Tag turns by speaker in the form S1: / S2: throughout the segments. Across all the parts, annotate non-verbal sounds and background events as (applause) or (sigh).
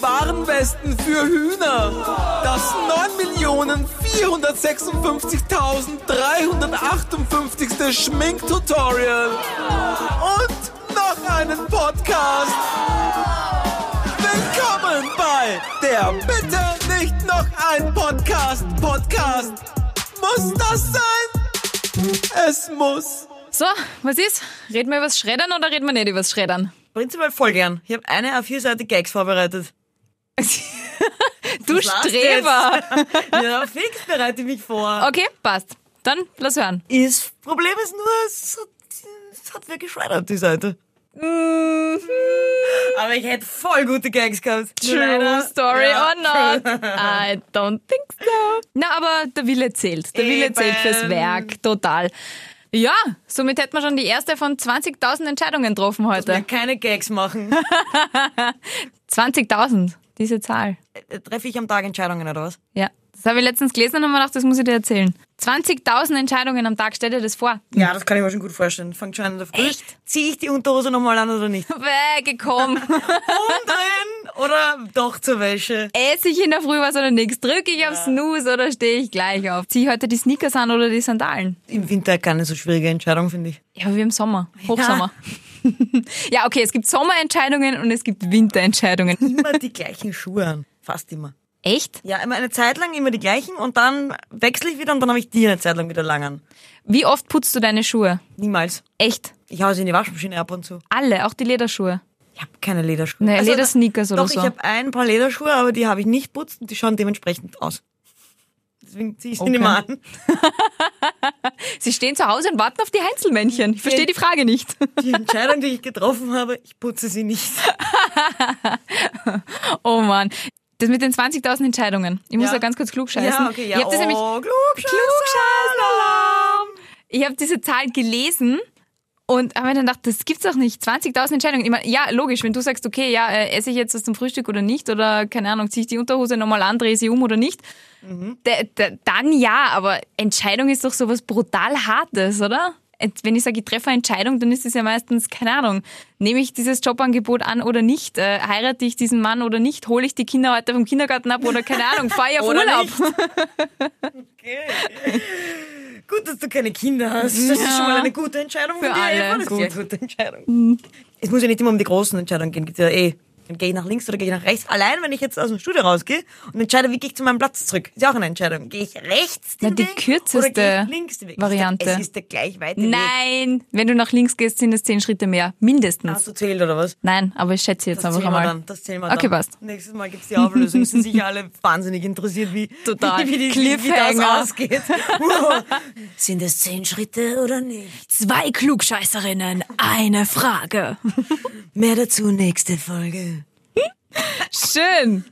S1: Warnwesten für Hühner, das 9.456.358. Schminktutorial und noch einen Podcast. Willkommen bei der Bitte nicht noch ein Podcast. Podcast. Muss das sein? Es muss.
S2: So, was ist? Reden wir über das Schreddern oder reden wir nicht über das Schreddern?
S3: Prinzipiell voll gern. Ich habe eine A4-Seite Gags vorbereitet.
S2: Du
S3: lasst
S2: Streber!
S3: (laughs) ja, fix bereite mich vor.
S2: Okay, passt. Dann lass hören.
S3: Das Problem Ah, ist nur, es hat, es hat wer geschreddert, die Seite. Mhm. Aber ich hätte voll gute Gags gehabt. Nur leider-
S2: True story
S3: Ja.
S2: or not?
S3: (laughs)
S2: I don't think so. Na, aber der Wille zählt. Der Wille
S3: Eben.
S2: zählt fürs Werk, total. Ja, somit hätten wir schon die erste von 20.000 Entscheidungen getroffen
S3: Ja,
S2: heute.
S3: keine Gags machen. (laughs)
S2: 20.000, diese Zahl.
S3: Äh, Treffe ich am Tag Entscheidungen oder was?
S2: Ja, das habe ich letztens gelesen und habe mir gedacht, das muss ich dir erzählen. 20.000 Entscheidungen am Tag, stell dir das vor. (laughs)
S3: Ja, das kann ich mir schon gut vorstellen. Fangt schon an in der Früh.
S2: Echt?
S3: Zieh ich die Unterhose nochmal an oder (laughs) nicht?
S2: Weggekommen.
S3: Um Umdrehen oder doch zur Wäsche?
S2: Esse ich in der Früh was oder nichts? Drücke ich auf Snooze oder stehe ich gleich auf? Ziehe ich heute die Sneakers an oder die Sandalen?
S3: Im Winter keine so schwierige Entscheidung, finde ich.
S2: Ja, aber wir im Sommer. Hochsommer. (laughs) Ja, okay, es gibt Sommerentscheidungen und es gibt
S3: (laughs)
S2: Winterentscheidungen.
S3: Immer die gleichen Schuhe an. Fast immer.
S2: Echt?
S3: Ja, immer eine Zeit lang immer die gleichen und dann wechsle ich wieder und dann habe ich die eine Zeit lang wieder lang an.
S2: Wie oft putzt du deine Schuhe?
S3: Niemals.
S2: Echt?
S3: Ich hau sie in die Waschmaschine ab und zu.
S2: Alle, auch die Lederschuhe.
S3: Ich habe keine Lederschuhe. Also,
S2: Nee, Ledersneakers oder
S3: doch,
S2: so.
S3: ich habe ein paar Lederschuhe, aber die habe ich nicht putzt und die schauen dementsprechend aus. Deswegen ziehe ich sie
S2: Okay.
S3: nicht mehr an.
S2: Sie stehen zu Hause und warten auf die Heinzelmännchen. Ich verstehe die Frage
S3: (laughs)
S2: nicht.
S3: Die Entscheidung, die ich getroffen habe, ich putze sie nicht.
S2: Oh Mann. Das mit den 20.000 Entscheidungen. Ich muss
S3: Ja.
S2: da ganz kurz klug scheißen. Ich habe das nämlich
S3: oh, Klugscheißer.
S2: Klugscheißeralarm! Ich habe diese Zahl gelesen und habe mir dann gedacht, das gibt's doch nicht. 20.000 Entscheidungen. Ich mein, ja, logisch, wenn du sagst, okay, ja, äh, esse ich jetzt was zum Frühstück oder nicht oder keine Ahnung, ziehe ich die Unterhose nochmal an, drehe sie um oder nicht,
S3: Mhm.
S2: da- da- dann ja, aber Entscheidung ist doch sowas brutal Hartes, oder? Ent- Wenn ich sage, ich treffe eine Entscheidung, dann ist es ja meistens, keine Ahnung, nehme ich dieses Jobangebot an oder nicht, äh, heirate ich diesen Mann oder nicht, hole ich die Kinder heute vom Kindergarten ab oder keine Ahnung, fahre
S3: (laughs)
S2: ich auf
S3: Oder
S2: Urlaub.
S3: nicht. Okay. Gut, dass du keine Kinder hast. Das ist schon mal eine gute Entscheidung
S2: Für
S3: von dir.
S2: alle.
S3: Eva. Das ist
S2: Gut.
S3: eine gute Entscheidung. Es muss ja nicht immer um die großen Entscheidungen gehen. Geht's ja eh. Dann gehe ich nach links oder gehe ich nach rechts. Allein, wenn ich jetzt aus dem Studio rausgehe und entscheide, wie gehe ich zu meinem Platz zurück, ist ja auch eine Entscheidung. Gehe ich rechts den
S2: Na, die
S3: Weg oder
S2: kürzeste
S3: gehe ich links den Weg?
S2: Variante.
S3: Es ist der gleich weite Weg.
S2: Nein, wenn du nach links gehst, sind es zehn Schritte mehr. Mindestens.
S3: Hast du zählt oder was?
S2: Nein, aber ich schätze jetzt
S3: Das
S2: einfach
S3: zählen wir
S2: einmal.
S3: dann. Das zählen wir dann.
S2: Okay, passt.
S3: Nächstes Mal gibt's die Auflösung. Sind sicher alle wahnsinnig interessiert, wie,
S2: (laughs) Total.
S3: wie, wie, die, wie das
S2: Cliffhanger. (laughs)
S3: ausgeht. Wow. Sind es zehn Schritte oder nicht?
S2: Zwei Klugscheißerinnen, eine Frage.
S3: Mehr dazu nächste Folge.
S2: (laughs)
S3: (laughs)
S2: Schön.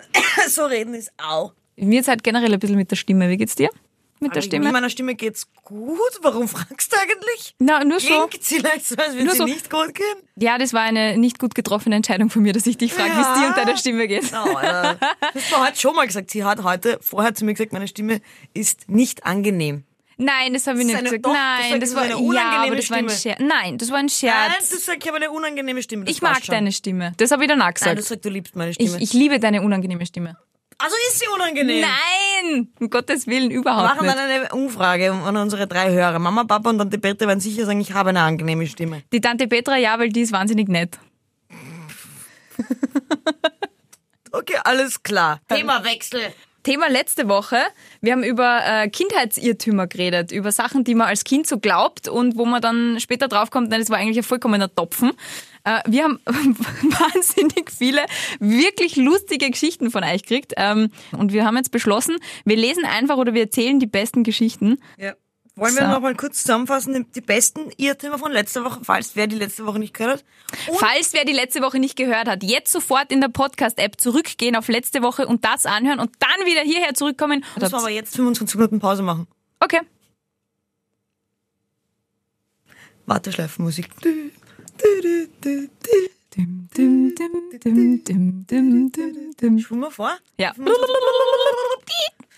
S3: So reden ist auch.
S2: Mir ist halt generell ein bisschen mit der Stimme. Wie geht's dir? Mit der
S3: Mit
S2: Stimme?
S3: meiner Stimme geht's gut. Warum fragst du eigentlich?
S2: Na, nur so.
S3: Klingt vielleicht so, als würde
S2: Nur
S3: sie
S2: so.
S3: nicht gut gehen.
S2: Ja, das war eine nicht gut getroffene Entscheidung von mir, dass ich dich frage, wie es
S3: Ja.
S2: dir und deiner Stimme geht.
S3: Oh, äh, das war heute schon mal gesagt. Sie hat heute vorher zu mir gesagt, meine Stimme ist nicht angenehm.
S2: (laughs) Nein, das habe ich
S3: Das ist
S2: nicht
S3: eine-
S2: gesagt.
S3: doch, das
S2: Nein,
S3: sagt,
S2: das
S3: das
S2: war
S3: ist eine
S2: ja, aber
S3: unangenehme
S2: das war ein
S3: Stimme.
S2: Scherz. Nein, das war ein
S3: Nein,
S2: Scherz.
S3: du sagst, ich habe eine unangenehme Stimme. Das
S2: ich mag
S3: passt schon.
S2: deine Stimme. Das habe ich danach
S3: Nein, du
S2: gesagt.
S3: sagst, du liebst meine
S2: Ich,
S3: Stimme.
S2: ich liebe deine unangenehme Stimme.
S3: Also ist sie unangenehm.
S2: Nein, um Gottes Willen
S3: Wir
S2: überhaupt
S3: machen
S2: nicht.
S3: dann eine Umfrage um, an unsere drei Hörer. Mama, Papa und Tante Berthe werden sicher sagen, ich habe eine angenehme Stimme.
S2: Die Tante Petra, ja, weil die ist wahnsinnig nett.
S3: Okay, alles klar. Themawechsel.
S2: Thema letzte Woche. Wir haben über äh, Kindheitsirrtümer geredet, über Sachen, die man als Kind so glaubt und wo man dann später draufkommt, nein, das war eigentlich ein vollkommener Topfen. Äh, wir haben (laughs) wahnsinnig viele wirklich lustige Geschichten von euch gekriegt ähm, und wir haben jetzt beschlossen, wir lesen einfach oder wir erzählen die besten Geschichten.
S3: Ja. Wollen wir
S2: So.
S3: noch mal kurz zusammenfassen, die besten Irrtümer von letzter Woche, falls wer die letzte Woche nicht gehört hat. Und
S2: Falls wer die letzte Woche nicht gehört hat, jetzt sofort in der Podcast-App zurückgehen auf letzte Woche und das anhören und dann wieder hierher zurückkommen.
S3: müssen wir aber jetzt 25 Minuten Pause machen.
S2: Okay.
S3: Warteschleifenmusik.
S2: Dim, dim, dim, dim, dim, dim, dim, dim.
S3: Schwung mal vor.
S2: Ja.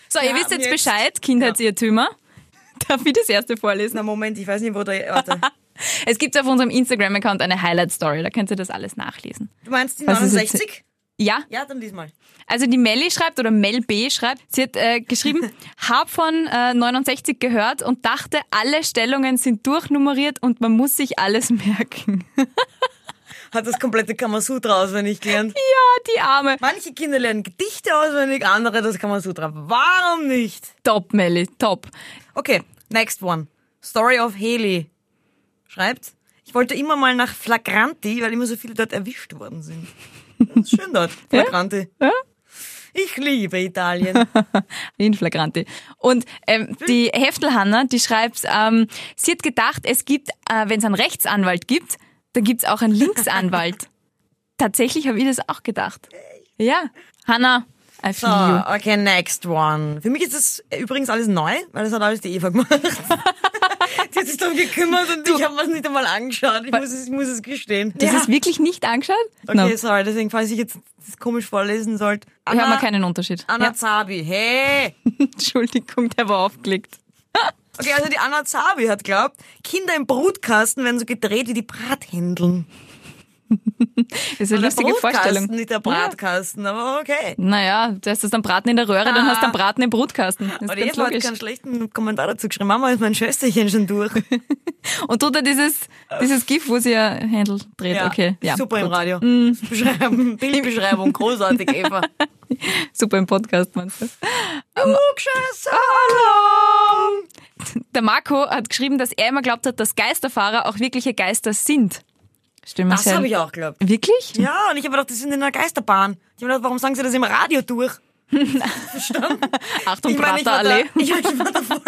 S2: So, ihr
S3: Ja,
S2: wisst jetzt
S3: jetzt-
S2: Bescheid, Kindheitsirrtümer. Darf ich das erste vorlesen?
S3: Na Moment, ich weiß nicht, wo der... (laughs) Warte.
S2: Es gibt auf unserem Instagram-Account eine Highlight-Story, da könnt ihr das alles nachlesen.
S3: Du meinst die
S2: Was ist jetzt-
S3: 69?
S2: Ja,
S3: Ja, dann diesmal.
S2: also die Melli schreibt oder Mel B schreibt, sie hat äh,
S3: (laughs)
S2: geschrieben, hab von äh, 69 gehört und dachte, alle Stellungen sind durchnummeriert und man muss sich alles (laughs) merken.
S3: Hat das komplette Kamasutra auswendig gelernt.
S2: Ja, die Arme.
S3: Manche Kinder lernen Gedichte auswendig, andere das Kamasutra. Warum nicht?
S2: Top, Melli, top.
S3: Okay, next one. Story of Haley. Schreibt, ich wollte immer mal nach Flagranti, weil immer so viele dort erwischt worden sind. Das ist schön dort, Flagranti.
S2: (laughs) Ja?
S3: Ich
S2: (laughs)
S3: liebe Italien.
S2: In Flagranti. Und ähm, die
S3: Hm.
S2: Heftelhanna, die schreibt, ähm, sie hat gedacht, es gibt, äh, wenn es einen Rechtsanwalt gibt, dann gibt es auch einen
S3: (laughs)
S2: Linksanwalt. Tatsächlich habe ich das auch gedacht. Ja. Hanna, I
S3: So,
S2: feel you.
S3: okay, next one. Für mich ist das äh, übrigens alles neu, weil das hat alles die Eva gemacht. (laughs) Die hat sich darum gekümmert und ich habe was nicht einmal angeschaut. Ich muss es, ich muss es gestehen.
S2: Das ist wirklich nicht angeschaut?
S3: Okay, sorry, deswegen, falls ich jetzt das komisch vorlesen sollte.
S2: Wir haben
S3: Anna,
S2: ja keinen Unterschied.
S3: Anna
S2: Ja.
S3: Zabi, hey!
S2: (laughs) Entschuldigung, der war aufgelegt.
S3: Okay, also die Anna Zabi hat glaubt, Kinder im Brutkasten werden so gedreht wie die Brathändeln.
S2: Das ist eine lustige
S3: Brutkasten,
S2: Vorstellung.
S3: nicht der Bratkasten, aber okay.
S2: Naja, du hast das dann Braten in der Röhre, dann hast du
S3: Ah.
S2: dann Braten im Brutkasten. Das ist
S3: Aber
S2: ganz
S3: Eva hat
S2: logisch.
S3: keinen schlechten Kommentar dazu geschrieben. Mama ist mein Schwesterchen schon durch.
S2: Und tut er dieses, dieses GIF, wo sie ihr Händel dreht. okay. (laughs) Ja,
S3: Äh. Super im
S2: gut. Mm.
S3: Radio.
S2: (laughs)
S3: Beschreiben, Bildbeschreibung, großartig, Eva.
S2: Super im Podcast, meinst du?
S3: Flugscheißalarm!
S2: Der Marco hat geschrieben, dass er immer glaubt hat, dass Geisterfahrer auch wirkliche Geister sind. Stimmt
S3: Das habe ich
S2: (laughs)
S3: auch geglaubt.
S2: Wirklich?
S3: Ja, und ich habe gedacht, die sind in einer Geisterbahn. Ich habe gedacht, warum sagen sie das im Radio durch?
S2: Achtung,
S3: meine,
S2: Praterallee.
S3: da- ich, ich war da voll,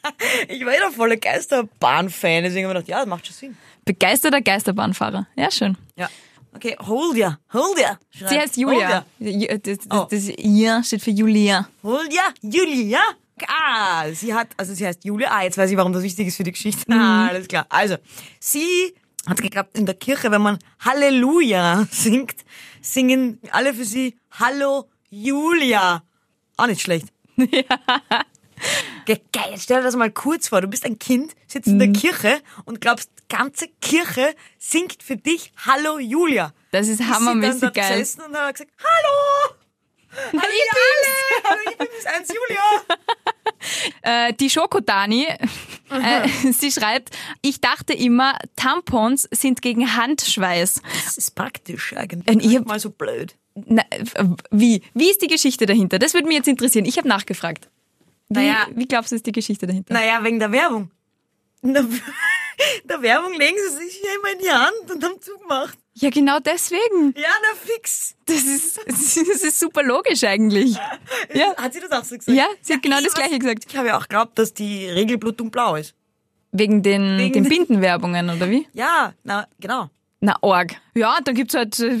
S3: (laughs) ich war eh der volle Geisterbahn-Fan, deswegen habe ich gedacht, ja, das macht schon Sinn.
S2: Begeisterter Geisterbahnfahrer. Ja, schön.
S3: Ja. Okay, Holdia, Holdia. schreibt-
S2: Sie heißt Julia.
S3: Holdia,
S2: Ju- Das, das,
S3: Oh.
S2: das Ja steht für Julia.
S3: Holdia, Julia. Ah, sie hat, also sie heißt Julia. Ah, jetzt weiß ich, warum das wichtig ist für die Geschichte. Ah, alles klar. Also, sie hat geglaubt, in der Kirche, wenn man Halleluja (laughs) singt, singen alle für sie Hallo Julia. Auch nicht schlecht. Ge- Geil, stell dir das mal kurz vor. Du bist ein Kind, sitzt in der Kirche und glaubst, die ganze Kirche singt für dich Hallo Julia.
S2: Das ist
S3: Ich
S2: hammermäßig
S3: bin dann dort
S2: geil.
S3: gesessen und habe gesagt,
S2: (laughs)
S3: hallo! Hallo ihr alle! Hallo, ich bin bis 1 Julia!
S2: Äh, die Schokodani, (laughs) äh, sie schreibt, ich dachte immer, Tampons sind gegen Handschweiß.
S3: Das ist praktisch eigentlich.
S2: Und ich hab-
S3: mal so blöd.
S2: Na, äh, wie? Wie ist die Geschichte dahinter? Das würde mich jetzt interessieren. Ich habe nachgefragt. Wie,
S3: Naja.
S2: wie glaubst du, ist die Geschichte dahinter?
S3: Naja, wegen der Werbung. In der, in (laughs) der Werbung legen sie sich ja immer in die Hand und haben zugemacht.
S2: Ja, genau deswegen.
S3: Ja, na fix.
S2: Das ist, (laughs) das ist super logisch eigentlich. Ja,
S3: Hat sie das auch so gesagt?
S2: ja sie hat genau
S3: ich
S2: das Gleiche
S3: weiß-
S2: gesagt.
S3: Ich habe ja auch geglaubt, dass die Regelblutung blau ist.
S2: Wegen den,
S3: Wegen
S2: den
S3: den-
S2: Bindenwerbungen, oder wie?
S3: Ja, na, genau.
S2: Na, arg. Ja, dann gibt's halt äh,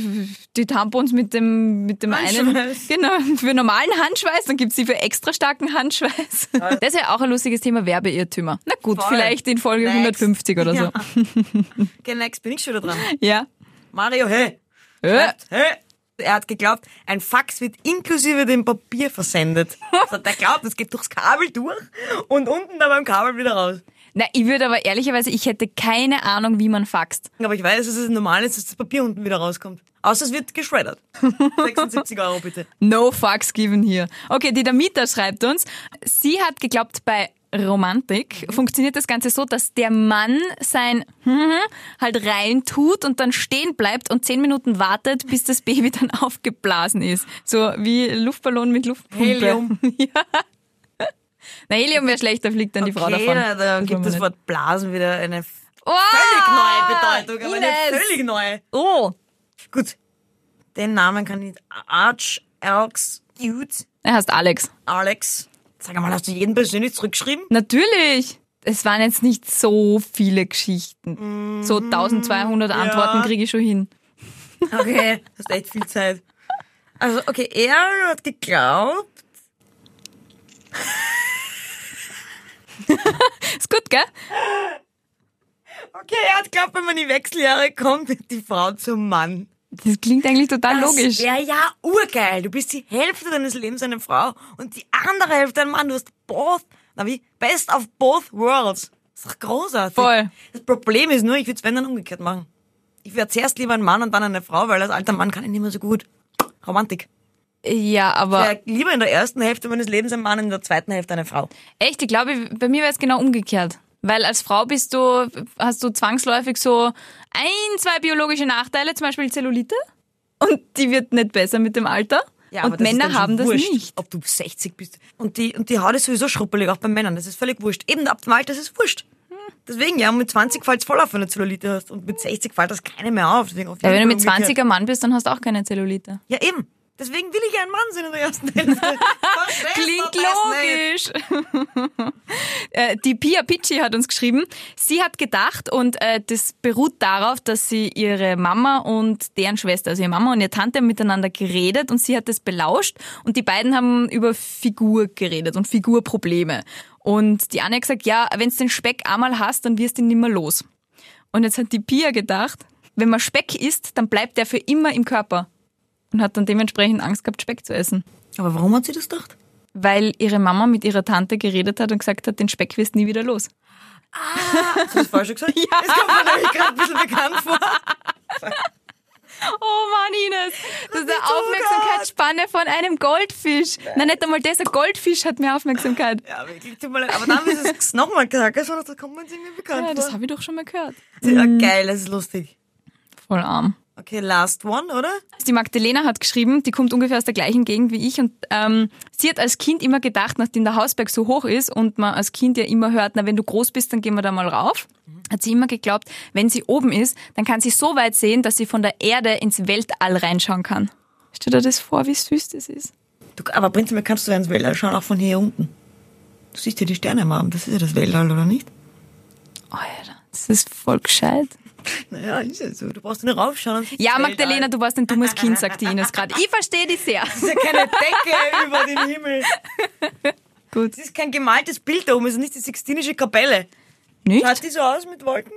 S2: die Tampons mit dem, mit dem einen.
S3: Handschweiß.
S2: Genau, für normalen Handschweiß, dann gibt's die für extra starken Handschweiß. Das ist ja auch ein lustiges Thema, Werbeirrtümer. Na gut,
S3: Voll.
S2: vielleicht in Folge
S3: Next.
S2: 150 oder so. (laughs)
S3: Ja. Okay, next bin ich schon wieder dran.
S2: Ja.
S3: Mario, hey!
S2: Äh,
S3: schreibt, hä? Er hat geglaubt, ein Fax wird inklusive dem Papier versendet. Also der glaubt, es geht durchs Kabel durch und unten dann beim Kabel wieder raus.
S2: na, ich würde aber ehrlicherweise, ich hätte keine Ahnung, wie man faxt.
S3: Aber ich weiß, dass es normal ist, dass das Papier unten wieder rauskommt. Außer es
S2: (laughs)
S3: wird geschreddert. 76 Euro bitte.
S2: No fucks given here. Okay, die Damita schreibt uns, sie hat geglaubt, bei Romantik funktioniert das Ganze so, dass der Mann sein (laughs) halt rein tut und dann stehen bleibt und zehn Minuten wartet, bis das Baby dann (laughs) aufgeblasen ist. So wie Luftballon mit Luftpumpe.
S3: Helium.
S2: (laughs) ja. Na, Helium wäre schlecht, da fliegt dann die Frau
S3: okay,
S2: davon.
S3: da, da
S2: Das
S3: gibt
S2: wollen wir
S3: das
S2: nicht.
S3: Wort Blasen wieder eine völlig
S2: oh,
S3: neue Bedeutung. Aber eine
S2: Ines.
S3: völlig neue.
S2: Oh,
S3: Gut, den Namen kann ich... Arch, Elks, Dude,
S2: er heißt Alex.
S3: Alex. Sag mal, hast du jeden persönlich zurückgeschrieben?
S2: Natürlich. Es waren jetzt nicht so viele Geschichten. So
S3: Mhm.
S2: 1200 Antworten kriege ich schon hin.
S3: Okay, hast echt viel Zeit. Also, okay, er hat geglaubt.
S2: Ist gut, gell?
S3: Okay, er hat geglaubt, wenn man in die Wechseljahre kommt, wird die Frau zum Mann.
S2: Das klingt eigentlich total logisch.
S3: Ja, Ah, ja, urgeil. Du bist die Hälfte deines Lebens eine Frau und die andere Hälfte ein Mann. Du hast both, na wie, best of both worlds. Ist doch großartig.
S2: Voll.
S3: Das Problem ist nur, ich würde es wenn dann umgekehrt machen. Ich wäre zuerst lieber ein Mann und dann eine Frau, weil als alter Mann kann ich nicht mehr so gut. Romantik.
S2: Ja, aber
S3: Äh, lieber in der ersten Hälfte meines Lebens ein Mann, in der zweiten Hälfte eine Frau.
S2: echt, ich glaube, bei mir wäre es genau umgekehrt. Weil als Frau bist du, hast du zwangsläufig so ein, zwei biologische Nachteile, zum Beispiel Zellulite. Und die wird nicht besser mit dem Alter. und
S3: das ist
S2: Männer
S3: dann schon
S2: haben das
S3: wurscht,
S2: nicht.
S3: Ob du 60 bist. Und die, und die Haut ist sowieso schruppelig, auch bei Männern. Das ist völlig wurscht. Eben ab dem Alter ist es wurscht. Deswegen, ja, mit 20 fällt es voll auf, wenn du Zellulite hast. Und mit 60 fällt das keine mehr auf. Deswegen auf
S2: Ja, wenn du
S3: jeden
S2: mit
S3: Fall umgekehrt.
S2: 20er Mann bist, dann hast du auch keine Zellulite.
S3: Ja, eben. Deswegen will ich ja ein Mann sein in der ersten
S2: (laughs)
S3: Hälfte. Verstehst du
S2: Klingt
S3: das nicht?
S2: logisch. (laughs) Äh, die Pia Pitschi hat uns geschrieben, sie hat gedacht und äh, das beruht darauf, dass sie ihre Mama und deren Schwester, also ihre Mama und ihre Tante haben miteinander geredet und sie hat das belauscht und die beiden haben über Figur geredet und Figurprobleme. Und die Anne hat gesagt, ja, wenn du den Speck einmal hast, dann wirst du ihn nimmer los. Und jetzt hat die Pia gedacht, wenn man Speck isst, dann bleibt der für immer im Körper. Und hat dann dementsprechend Angst gehabt, Speck zu essen
S3: Aber warum hat sie das gedacht?
S2: weil ihre Mama mit ihrer Tante geredet hat und gesagt hat, den Speck wirst nie wieder los.
S3: Hast du das falsch
S2: (laughs)
S3: gesagt? ja. Es kommt mir nämlich gerade ein bisschen bekannt vor.
S2: Oh Mann, Ines, das ist
S3: nicht so
S2: eine Aufmerksamkeitsspanne von einem Goldfisch. Nein, nicht einmal der, der Goldfisch hat mehr Aufmerksamkeit.
S3: Ja, wirklich, tut mir leid. Aber dann, wie sie es nochmal gesagt hat, sondern das kommt mir jetzt irgendwie bekannt
S2: Ja, das
S3: vor.
S2: habe ich doch schon mal gehört.
S3: Ja, geil, das ist lustig.
S2: Voll arm.
S3: Okay, last one, oder?
S2: Die Magdalena hat geschrieben, die kommt ungefähr aus der gleichen Gegend wie ich und ähm, sie hat als Kind immer gedacht, nachdem der Hausberg so hoch ist und man als Kind ja immer hört, na wenn du groß bist, dann gehen wir da mal rauf, hat sie immer geglaubt, wenn sie oben ist, dann kann sie so weit sehen, dass sie von der Erde ins Weltall reinschauen kann. Stell dir das vor, wie süß das ist.
S3: Du, aber prinzipiell kannst du ja ins Weltall schauen, auch von hier unten. Du siehst ja die Sterne am Abend, das ist ja das Weltall, oder nicht?
S2: Alter, das ist voll gescheit.
S3: Naja, ist ja so. Du brauchst nur raufschauen.
S2: Ja, Magdalena, du warst ein dummes Kind, sagt die Ines gerade. Ich verstehe dich sehr.
S3: Das ist ja keine Decke über den Himmel.
S2: Gut.
S3: Das ist kein gemaltes Bild da oben, es ist nicht die Sixtinische Kapelle.
S2: Nicht?
S3: Schaut die so aus mit Wolken?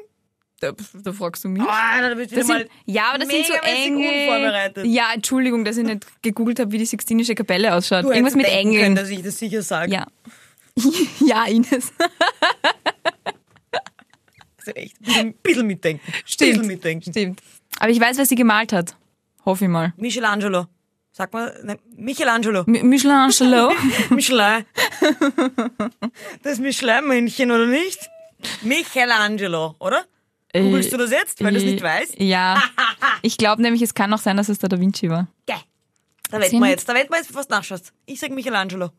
S2: Da, da fragst du mich.
S3: Ah, da bist du
S2: Das
S3: wieder
S2: sind,
S3: mal
S2: ja, aber das sind so
S3: megamäßig
S2: Engel.
S3: unvorbereitet.
S2: Ja, Entschuldigung, dass ich nicht gegoogelt habe, wie die Sixtinische Kapelle ausschaut.
S3: Du
S2: Irgendwas
S3: hättest
S2: mit
S3: denken Können,
S2: Engeln.
S3: dass ich das sicher sage.
S2: Ja. (laughs) ja, Ines.
S3: Also echt, ein bisschen- ein bisschen mitdenken. Ein bisschen mitdenken.
S2: Stimmt. Aber ich weiß, wer sie gemalt hat. Hoffe ich mal.
S3: Michelangelo. Sag mal, nein, Michelangelo.
S2: Mi- Michelangelo.
S3: Michelin. Das Michelin-Männchen, oder nicht? Michelangelo, oder? (laughs)
S2: Äh,
S3: Googlest du das jetzt, weil du es nicht weißt? (laughs)
S2: Ja. Ich glaube nämlich, es kann auch sein, dass es der Da Vinci war.
S3: Geil. Da wetten wir jetzt, da wetten wir jetzt, was du nachschaust. Ich sag Michelangelo.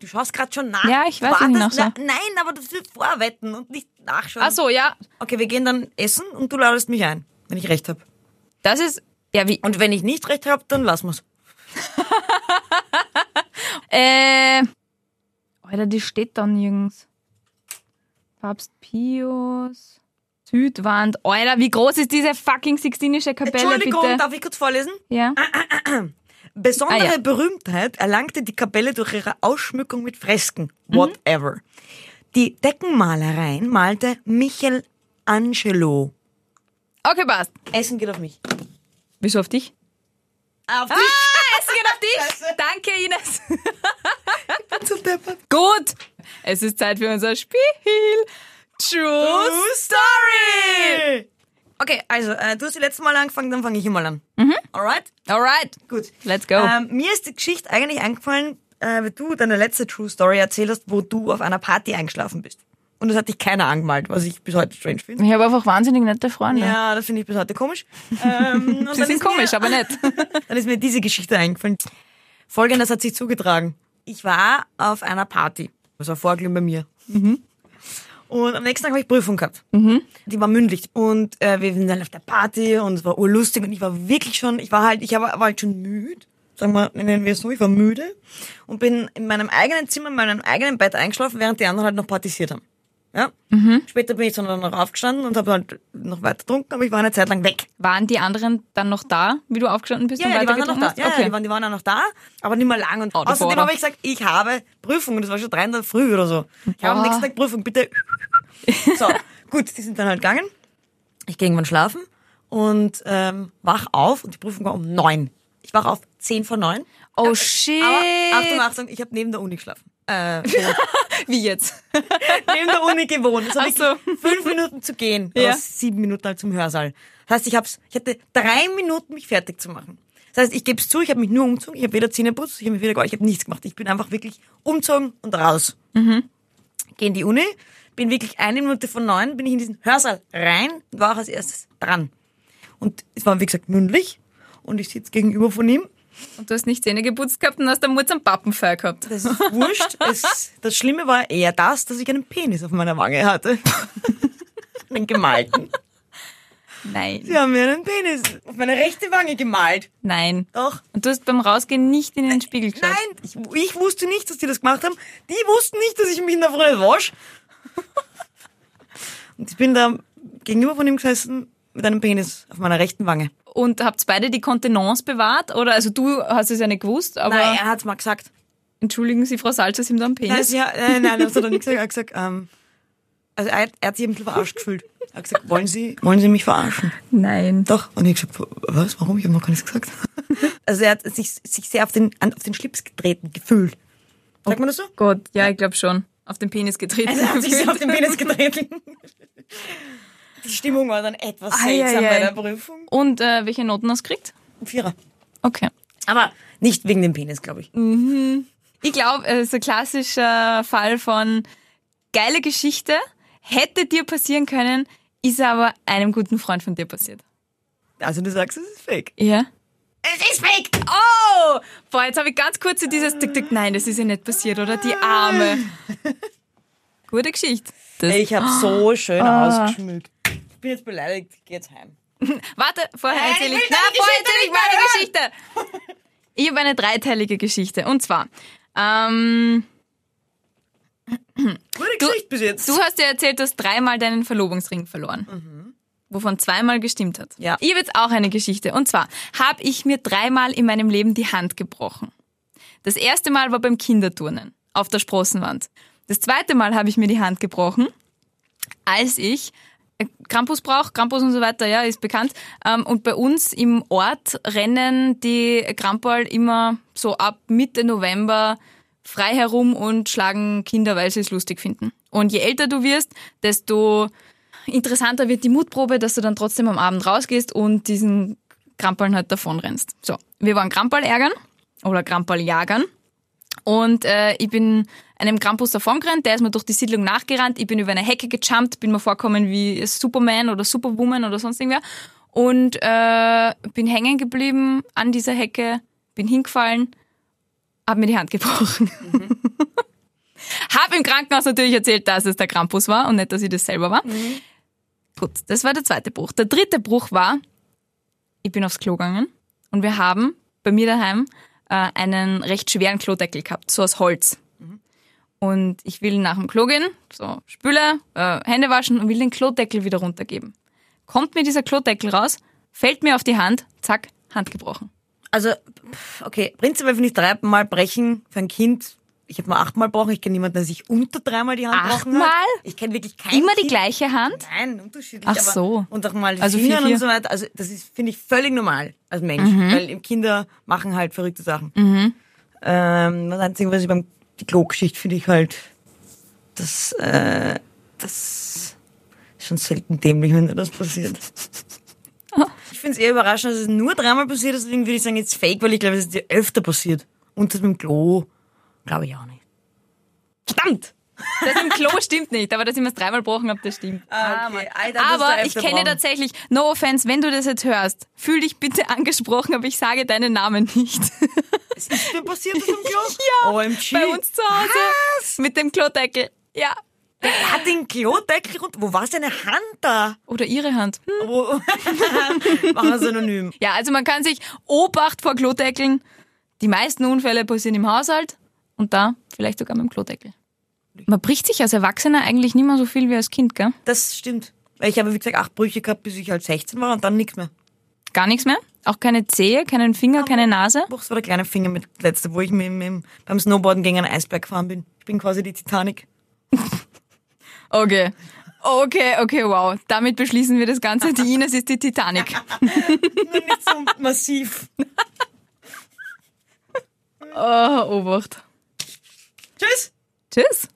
S3: Du schaust gerade schon nach.
S2: Ja, ich weiß, dass ich
S3: Wartest-
S2: nachschau.
S3: Na, nein, aber das wird vorwetten und nicht nachschauen.
S2: Ach so, ja.
S3: Okay, wir gehen dann essen und du ladest mich ein, wenn ich recht habe.
S2: Das ist. Ja, wie.
S3: Und wenn ich nicht recht habe, dann lassen wir's.
S2: Äh. Alter, die steht da nirgends. Papst Pius. Südwand. Alter, wie groß ist diese fucking Sixtinische Kapelle,
S3: Entschuldigung,
S2: bitte?
S3: darf ich kurz vorlesen?
S2: Ja.
S3: Besondere
S2: Ah, ja.
S3: Berühmtheit erlangte die Kapelle durch ihre Ausschmückung mit Fresken.
S2: Mhm.
S3: Whatever. Die Deckenmalereien malte Michelangelo. Ah.
S2: Okay, passt.
S3: Essen geht auf mich.
S2: Wieso auf dich?
S3: Auf
S2: Ah, es geht
S3: (laughs)
S2: auf dich. Danke, Ines.
S3: dich zu deppert.
S2: Gut. Es ist Zeit für unser Spiel. True.
S3: True Story! Okay, also, äh, du hast die letzte Mal angefangen, dann fange ich immer an. Mhm. Alright?
S2: Alright.
S3: Gut.
S2: Let's go.
S3: Ähm, mir ist die Geschichte eigentlich eingefallen, äh, weil du deine letzte True Story erzählt hast, wo du auf einer Party eingeschlafen bist. Und das hat dich keiner angemalt, was ich bis heute strange finde.
S2: Ich habe einfach wahnsinnig nette Freunde.
S3: Ja, das finde ich bis heute komisch.
S2: (laughs)
S3: Ähm, und
S2: Sie
S3: dann
S2: sind
S3: ist
S2: komisch,
S3: mir,
S2: aber nett.
S3: (laughs) Dann ist mir diese Geschichte eingefallen. Folgendes hat sich zugetragen. Ich war auf einer Party. Das war vorglühen bei mir.
S2: Mhm.
S3: Und am nächsten Tag habe ich Prüfung gehabt. Die war mündlich. Und äh, wir sind dann auf der Party und es war urlustig und ich war wirklich schon, ich war halt, ich war, war halt schon müde. Sagen wir, nennen wir es so, ich war müde und bin in meinem eigenen Zimmer, in meinem eigenen Bett eingeschlafen, während die anderen halt noch partisiert haben. Ja?
S2: Mhm.
S3: Später bin ich dann noch aufgestanden und habe halt noch weiter getrunken, aber ich war eine Zeit lang weg.
S2: Waren die anderen dann noch da, wie du aufgestanden bist
S3: Ja,
S2: und
S3: ja, die waren dann noch
S2: weitergetrunken
S3: da.
S2: hast?
S3: Ja, ja, die, waren, die waren auch noch da, aber nicht mehr lang. Und
S2: Oh, die
S3: außerdem
S2: Bohrer.
S3: habe ich gesagt, ich habe Prüfung und das war schon drei in der Früh oder so. Ich habe am
S2: Boah.
S3: nächsten Tag Prüfung, bitte. So, gut, die sind dann halt gegangen. Ich ging irgendwann schlafen und ähm, wach auf und die Prüfung war um neun. Ich wach auf zehn vor neun.
S2: Oh shit.
S3: Aber Achtung, Achtung, ich habe neben der Uni geschlafen. Äh,
S2: Wie jetzt?
S3: neben der Uni gewohnt. Es hat
S2: Ach
S3: wirklich fünf Minuten zu gehen.
S2: Ja.
S3: Oder sieben Minuten halt zum Hörsaal. Das heißt, ich, hab's, ich hatte drei Minuten, mich fertig zu machen. Das Das heißt, ich gebe es zu, ich habe mich nur umgezogen, ich habe weder Zähne putzt, ich habe mich weder geäußert, ich habe nichts gemacht. Ich bin einfach wirklich umzogen und raus.
S2: Mhm.
S3: Geh in die Uni, bin wirklich eine Minute von neun, bin ich in diesen Hörsaal rein und war auch als erstes dran. Und es war, wie gesagt, mündlich und ich sitze gegenüber von ihm
S2: Und du hast nicht Zähne geputzt gehabt und hast dann Murz am Pappenfeuer gehabt.
S3: das ist (laughs) wurscht. Es, das Schlimme war eher das, dass ich einen Penis auf meiner Wange hatte. (laughs) einen gemalten.
S2: Nein.
S3: Sie haben mir einen Penis auf meine rechte Wange gemalt.
S2: Nein.
S3: Doch.
S2: Und du hast beim Rausgehen nicht in den Spiegel geschaut.
S3: Nein, ich, ich wusste nicht, dass die das gemacht haben. Die wussten nicht, dass ich mich in der Früh wasch. Und ich bin da gegenüber von ihm gesessen mit einem Penis auf meiner rechten Wange.
S2: Und habt beide die Kontenance bewahrt? Oder, also du hast es ja nicht gewusst, aber
S3: Nein, er hat's mal gesagt.
S2: entschuldigen Sie, Frau Salzers, ihm da einen
S3: Nein,
S2: Penis?
S3: sie hat, nein, nein, das hat er nicht gesagt. Er hat gesagt, ähm, also er, hat- er hat sich ein bisschen verarscht gefühlt. Er hat gesagt, wollen Sie, wollen Sie mich verarschen?
S2: Nein.
S3: Doch. Und ich hab gesagt, was, warum? Ich habe noch gar nichts gesagt. (laughs) Also er hat sich, sich sehr auf den, an- auf den Schlips getreten gefühlt. Sagt man das so?
S2: Gott, ja, ich glaube schon. Auf den Penis getreten.
S3: Also (laughs) er hat
S2: (laughs)
S3: sich sehr auf den Penis getreten. (laughs) Die Stimmung war dann etwas
S2: Ei, ei,
S3: seltsam bei
S2: ei.
S3: der Prüfung.
S2: Und äh, welche Noten hast du gekriegt?
S3: Vierer.
S2: Okay.
S3: Aber nicht wegen dem Penis, glaube ich.
S2: Ich glaube, es ist ein klassischer Fall von geile Geschichte, hätte dir passieren können, ist aber einem guten Freund von dir passiert.
S3: Also du sagst, es ist fake.
S2: Ja?
S3: Es ist fake!
S2: Oh! Boah, jetzt habe ich ganz kurz so dieses Tick, Tick, nein, das ist ja nicht passiert, oder? Die Arme.
S3: (laughs)
S2: Gute Geschichte. Das
S3: Ich habe so schön ausgeschmückt. Ich bin jetzt beleidigt, ich geh jetzt heim.
S2: Warte, vorher
S3: Nein,
S2: erzähle
S3: ich
S2: ich.
S3: will
S2: Na,
S3: deine
S2: vorher
S3: Geschichte
S2: erzähle ich meine Geschichte. Ich habe eine dreiteilige Geschichte. Und zwar, ähm,
S3: Gute Geschichte bis jetzt.
S2: du hast ja erzählt, du hast dreimal deinen Verlobungsring verloren. Wovon zweimal gestimmt hat.
S3: Ja.
S2: Ich habe jetzt auch eine Geschichte. Und zwar habe ich mir dreimal in meinem Leben die Hand gebrochen. Das erste Mal war beim Kinderturnen auf der Sprossenwand. Das zweite Mal habe ich mir die Hand gebrochen, als ich äh, Krampus brauche, Krampus und so weiter, ja, ist bekannt. Ähm, und bei uns im Ort rennen die Krampal immer so ab Mitte November frei herum und schlagen Kinder, weil sie es lustig finden. Und je älter du wirst, desto interessanter wird die Mutprobe, dass du dann trotzdem am Abend rausgehst und diesen Krampaln halt davonrennst. So, wir waren Krampal ärgern oder Krampal jagern. Und äh, ich bin einem Krampus davongerannt, der ist mir durch die Siedlung nachgerannt. Ich bin über eine Hecke gejumpt, bin mir vorkommen wie Superman oder Superwoman oder sonst irgendwer. Und äh, bin hängen geblieben an dieser Hecke, bin hingefallen, habe mir die Hand gebrochen. (laughs) hab im Krankenhaus natürlich erzählt, dass es der Krampus war und nicht, dass ich das selber war. Gut, das war der zweite Bruch. Der dritte Bruch war, ich bin aufs Klo gegangen und wir haben bei mir daheim äh, einen recht schweren Klodeckel gehabt, so aus Holz. Und ich will nach dem Klo gehen, so spüle, äh, Hände waschen und will den Klodeckel wieder runtergeben. Kommt mir dieser Klodeckel raus, fällt mir auf die Hand, zack, Hand gebrochen.
S3: Also, pff, okay, prinzipiell finde ich dreimal brechen für ein Kind. Ich habe mal achtmal gebrochen. Ich kenne niemanden, der sich unter dreimal die Hand gebrochen hat.
S2: Achtmal?
S3: Ich kenne wirklich keinen.
S2: Immer die
S3: kind.
S2: gleiche Hand?
S3: Nein, unterschiedlich.
S2: Ach
S3: aber-
S2: so.
S3: Und auch mal die
S2: Also
S3: also
S2: vier,
S3: Fingern
S2: vier.
S3: und so weiter. Also das ist, finde ich, völlig normal als Mensch.
S2: Mhm.
S3: Weil eben Kinder machen halt verrückte Sachen. Ähm, das Einzige, was ich beim die Klo-Geschichte finde ich halt, das, äh, das ist schon selten dämlich, wenn dir das passiert. Ich finde es eher überraschend, dass es nur dreimal passiert ist. Deswegen würde ich sagen, jetzt fake, weil ich glaube, es ist dir öfter passiert. Und das mit dem Klo, glaube ich auch nicht. Verdammt!
S2: Das im Klo stimmt nicht, aber dass ich mir es dreimal gebrochen habe, das stimmt.
S3: Ah, okay. Ei, dann bist du
S2: aber
S3: öfter
S2: ich kenne
S3: gebrochen.
S2: tatsächlich, no offense, wenn du das jetzt hörst, fühl dich bitte (laughs) angesprochen, aber ich sage deinen Namen
S3: (laughs)
S2: nicht.
S3: Es ist mir passiert das im
S2: (laughs)
S3: Klo? ja, OMG.
S2: Bei uns zu Hause.
S3: Was?
S2: Mit dem Klodeckel. Ja.
S3: Er hat den Klodeckel runter. Wo war seine Hand da?
S2: Oder ihre Hand. Hm.
S3: Wo? (laughs) Machen wir synonym.
S2: Ja, also man kann sich Obacht vor Klodeckeln. Die meisten Unfälle passieren im Haushalt und da vielleicht sogar mit dem Klodeckel. Man bricht sich als Erwachsener eigentlich nicht mehr so viel wie als Kind, gell?
S3: Das stimmt. Weil ich habe, wie gesagt, acht Brüche gehabt, bis ich halt 16 war und dann nichts mehr.
S2: Gar nichts mehr? Auch keine Zehe, keinen Finger, keine Nase?
S3: Buchs war der kleine Finger mit letzte, wo ich mit, mit, beim Snowboarden gegen einen Eisberg gefahren bin. Ich bin quasi die Titanic.
S2: Okay. Okay, okay, wow. Damit beschließen wir das Ganze. Die Ines ist die Titanic.
S3: (laughs) Nur nicht so massiv.
S2: Oh, Obacht.
S3: Tschüss!
S2: Tschüss.